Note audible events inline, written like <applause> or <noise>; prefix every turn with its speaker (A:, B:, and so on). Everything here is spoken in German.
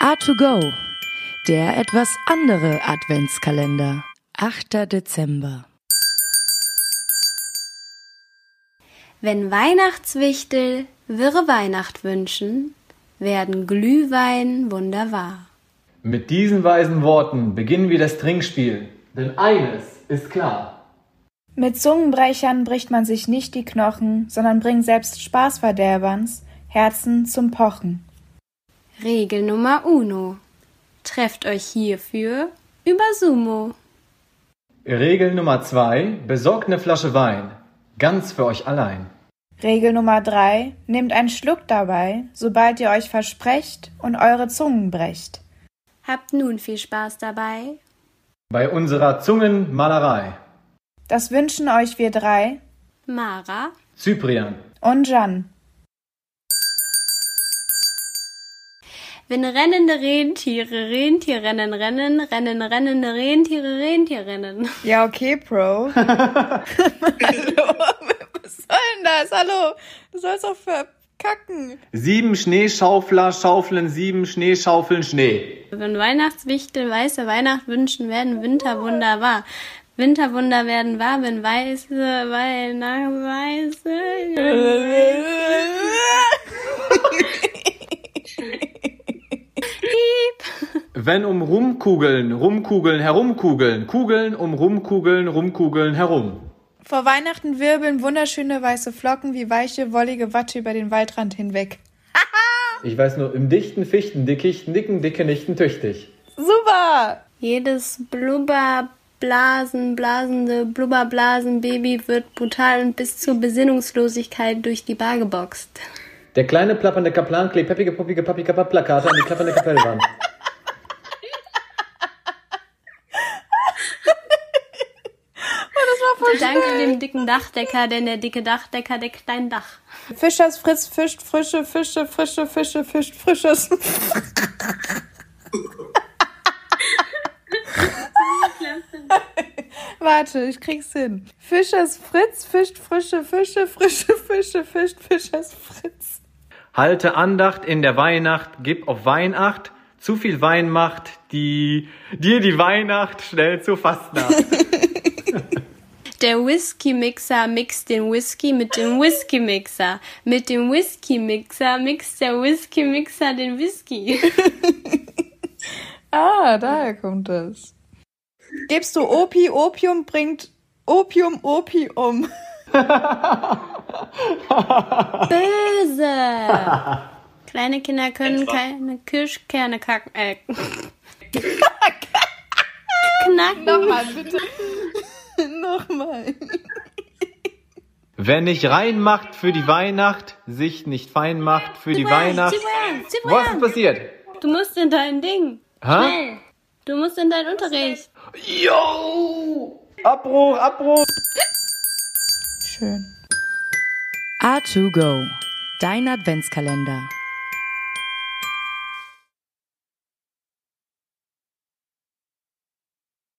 A: A2Go, der etwas andere Adventskalender. 8. Dezember.
B: Wenn Weihnachtswichtel wirre Weihnacht wünschen, werden Glühwein wunderbar.
C: Mit diesen weisen Worten beginnen wir das Trinkspiel. Denn eines ist klar.
D: Mit Zungenbrechern bricht man sich nicht die Knochen, sondern bringt selbst Spaßverderberns Herzen zum Pochen.
B: Regel Nummer uno. Trefft euch hierfür über Sumo.
C: Regel Nummer 2. Besorgt eine Flasche Wein. Ganz für euch allein.
D: Regel Nummer drei: Nehmt einen Schluck dabei, sobald ihr euch versprecht und eure Zungen brecht.
B: Habt nun viel Spaß dabei.
C: Bei unserer Zungenmalerei.
D: Das wünschen euch wir drei
B: Mara,
C: Cyprian.
D: und Jan.
B: wenn rennende Rentiere, Rentier rennen, rennen, rennen, rennende Rentiere, Rentier rennen. <laughs>
D: Ja, okay, <laughs> Pro. Hallo, was soll denn das? Hallo, du sollst doch verkacken.
C: Sieben Schneeschaufler schaufeln sieben Schneeschaufeln Schnee.
B: Wenn Weihnachtswichtel weiße Weihnacht wünschen, werden Winter wunderbar. Winterwunder werden wahr, wenn weiße Weihnacht weiße.
C: Wenn um Rumkugeln, Rumkugeln, herumkugeln, Kugeln um Rumkugeln, Rumkugeln herum.
D: Vor Weihnachten wirbeln wunderschöne weiße Flocken wie weiche, wollige Watte über den Waldrand hinweg.
C: Ich weiß nur, im dichten Fichten dickicht, nicken dicke Nichten tüchtig.
D: Super!
B: Jedes Blubberblasen, blasende Blubberblasenbaby wird brutal und bis zur Besinnungslosigkeit durch die Bar geboxt.
C: Der kleine plappernde Kaplan klebt peppige, poppige, pappige Plakate an die klappernde Kapellwand.
B: Danke dem dicken Dachdecker, denn der dicke Dachdecker deckt dein Dach.
D: Fischers Fritz fischt frische Fische, frische Fische, fischt frisches. <laughs> Warte, ich krieg's hin. Fischers Fritz fischt frische Fische, frische Fische, fischt Fischers Fritz.
C: Halte Andacht in der Weihnacht, gib auf Weinacht. Zu viel Wein macht die, dir die Weihnacht schnell zu <laughs> Fastnacht.
B: Der Whisky-Mixer mixt den Whisky mit dem Whisky-Mixer. Mit dem Whisky-Mixer mixt der Whisky-Mixer den Whisky.
D: Ah, daher kommt das. Gibst du Opi, Opium bringt Opium, Opi um.
B: Böse! Kleine Kinder können keine Kirschkerne kacken. Äh. Knacken.
D: Nochmal, bitte. Nochmal.
C: Wer nicht rein macht für die Weihnacht, sich nicht fein macht für die Weihnacht.
B: Cyprian,
C: Was ist
B: Cyprian,
C: passiert?
B: du musst in dein Ding.
C: Hä?
B: Schnell. Du musst in deinen Unterricht.
C: Yo! Abbruch, Abbruch!
D: Schön.
A: A2Go, dein Adventskalender.